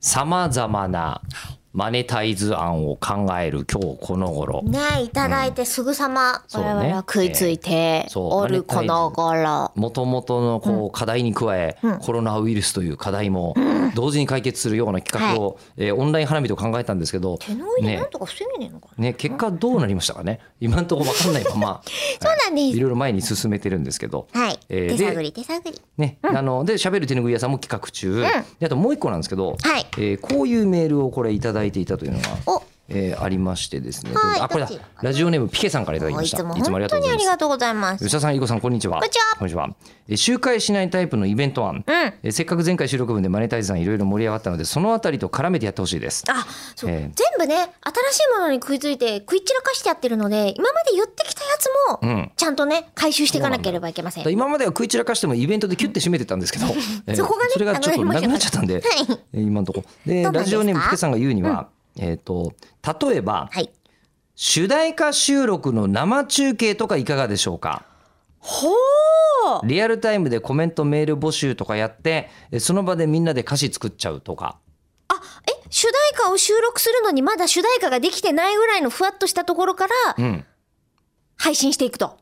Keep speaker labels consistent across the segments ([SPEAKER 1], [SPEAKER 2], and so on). [SPEAKER 1] さまざまなマネタイズ案を考える今日この頃
[SPEAKER 2] ねいただいてすぐさま
[SPEAKER 1] そう
[SPEAKER 2] 我
[SPEAKER 1] ね
[SPEAKER 2] 々は食いついて
[SPEAKER 1] そう
[SPEAKER 2] おるこの頃
[SPEAKER 1] もともとのこう課題に加え、コロナウイルスという課題も同時に解決するような企画を、えーオンライン花火と考えたんですけど
[SPEAKER 2] 手の上で
[SPEAKER 1] ね
[SPEAKER 2] なんとか防げねえのかな
[SPEAKER 1] ね、結果どうなりましたかね今んところ分かんないまま
[SPEAKER 2] そうなんで
[SPEAKER 1] い
[SPEAKER 2] す
[SPEAKER 1] ろいろ前に進めてるんですけど、
[SPEAKER 2] はい
[SPEAKER 1] えー
[SPEAKER 2] 手
[SPEAKER 1] で
[SPEAKER 2] 探り手探り
[SPEAKER 1] ね、あので喋る手ぬぐい屋さんも企画中、であともう一個なんですけど、
[SPEAKER 2] はい
[SPEAKER 1] えーこういうメールをこれ頂いただいていたというのが、
[SPEAKER 2] お
[SPEAKER 1] えーありましてですね、
[SPEAKER 2] はい
[SPEAKER 1] あこれだ
[SPEAKER 2] どっち
[SPEAKER 1] ラジオネームピケさんからいただき
[SPEAKER 2] も
[SPEAKER 1] ま
[SPEAKER 2] うい
[SPEAKER 1] した
[SPEAKER 2] つも本当にありがとうございます
[SPEAKER 1] 吉田さん、伊子さん、こんにちは。
[SPEAKER 2] こんにちは
[SPEAKER 1] こんにちは。えー周回しないタイプのイベント案、
[SPEAKER 2] うん
[SPEAKER 1] えーせっかく前回収録分でマネタイズさんいろいろ盛り上がったので、そのあたりと絡めてやってほしいです。
[SPEAKER 2] あそう
[SPEAKER 1] えー
[SPEAKER 2] 全部ね新しいものに食いついて食い散らかしてやってるので今まで言ってきたやつ
[SPEAKER 1] うん
[SPEAKER 2] もちゃんとね回収していかなければいけませ
[SPEAKER 1] だ
[SPEAKER 2] ん
[SPEAKER 1] から今までは食い散らかしてもイベントでキュッて締めてたんですけど、えー
[SPEAKER 2] そこがね
[SPEAKER 1] れがちょっとなくなっちゃったんで、
[SPEAKER 2] あのはい
[SPEAKER 1] えー今のとこで
[SPEAKER 2] どうな
[SPEAKER 1] ラ
[SPEAKER 2] んですか
[SPEAKER 1] ジオネームピケさんが言うには、えっ、と例えば、
[SPEAKER 2] はい
[SPEAKER 1] 主題歌収録の生中継とかいかがでしょうか
[SPEAKER 2] ほー
[SPEAKER 1] リアルタイムでコメントメール募集とかやってえその場でみんなで歌詞作っちゃうとか
[SPEAKER 2] え主題歌を収録するのにまだ主題歌ができてないぐらいのふわっとしたところから
[SPEAKER 1] うん
[SPEAKER 2] 配信していくと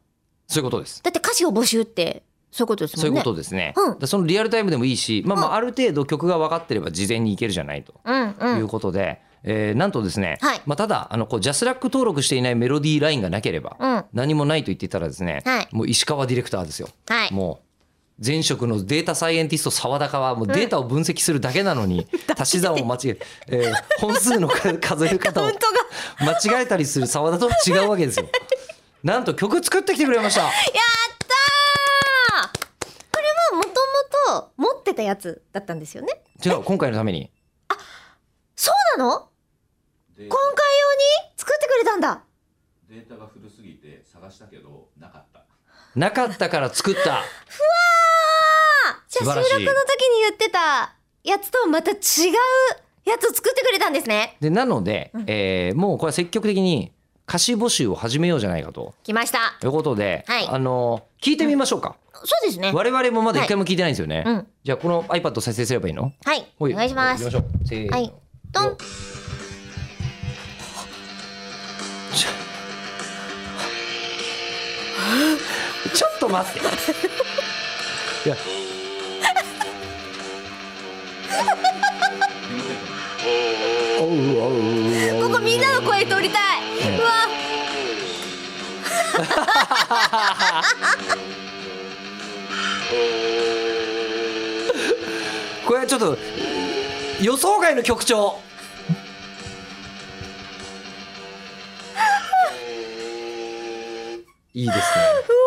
[SPEAKER 1] そういうことです
[SPEAKER 2] だって歌詞を募集ってそういうことですもん
[SPEAKER 1] そう
[SPEAKER 2] ね
[SPEAKER 1] いうことですね、
[SPEAKER 2] うん
[SPEAKER 1] だからそのリアルタイムでもいいし、まあ、まあある程度曲が分かってれば事前にいけるじゃないと
[SPEAKER 2] うんう
[SPEAKER 1] い
[SPEAKER 2] ん
[SPEAKER 1] うことで、えーなんとですね、
[SPEAKER 2] はい
[SPEAKER 1] まあ、ただあのこうジャスラック登録していないメロディーラインがなければ、
[SPEAKER 2] うん
[SPEAKER 1] 何もないと言っていたらですね、
[SPEAKER 2] はい
[SPEAKER 1] もう石川ディレクターですよ、
[SPEAKER 2] はい
[SPEAKER 1] もう前職のデータサイエンティスト澤高はもうデータを分析するだけなの に、足し算を間違え、えー本数の数数える方を
[SPEAKER 2] 本当が
[SPEAKER 1] 間違えたりする澤田とは違うわけですよ。なんと曲作ってきてくれました。
[SPEAKER 2] やったーこれはもともと持ってたやつだったんですよね
[SPEAKER 1] 違う今回のために
[SPEAKER 2] そうなの
[SPEAKER 3] で
[SPEAKER 2] 今回用に作ってくれたんだ
[SPEAKER 3] データが古すぎて探したけどなかった
[SPEAKER 1] なかったから作った。
[SPEAKER 2] あじ
[SPEAKER 1] 素
[SPEAKER 2] ゃ
[SPEAKER 1] 晴
[SPEAKER 2] あ収
[SPEAKER 1] らしい
[SPEAKER 2] 録の時に言ってたやつとはまた違うやつを作ってくれたんですね
[SPEAKER 1] でなので、えーもうこれは積極的に歌詞募集を始めようじゃないかと。
[SPEAKER 2] 来ました
[SPEAKER 1] ということで、
[SPEAKER 2] はい
[SPEAKER 1] あの聞いてみましょうか、
[SPEAKER 2] そうですね
[SPEAKER 1] 我々もまだ一回も聞いてないんですよね、
[SPEAKER 2] うん
[SPEAKER 1] じゃあこの iPad を再生すればいいの
[SPEAKER 2] はいお
[SPEAKER 1] ほ
[SPEAKER 2] 願いします
[SPEAKER 1] 行きましょうせーの
[SPEAKER 2] はいドン
[SPEAKER 1] ちょちょっと待っていやおうおうおうおう
[SPEAKER 2] ここみんなの声取りたい、うわ
[SPEAKER 1] これはちょっと予想外の曲 調いいですね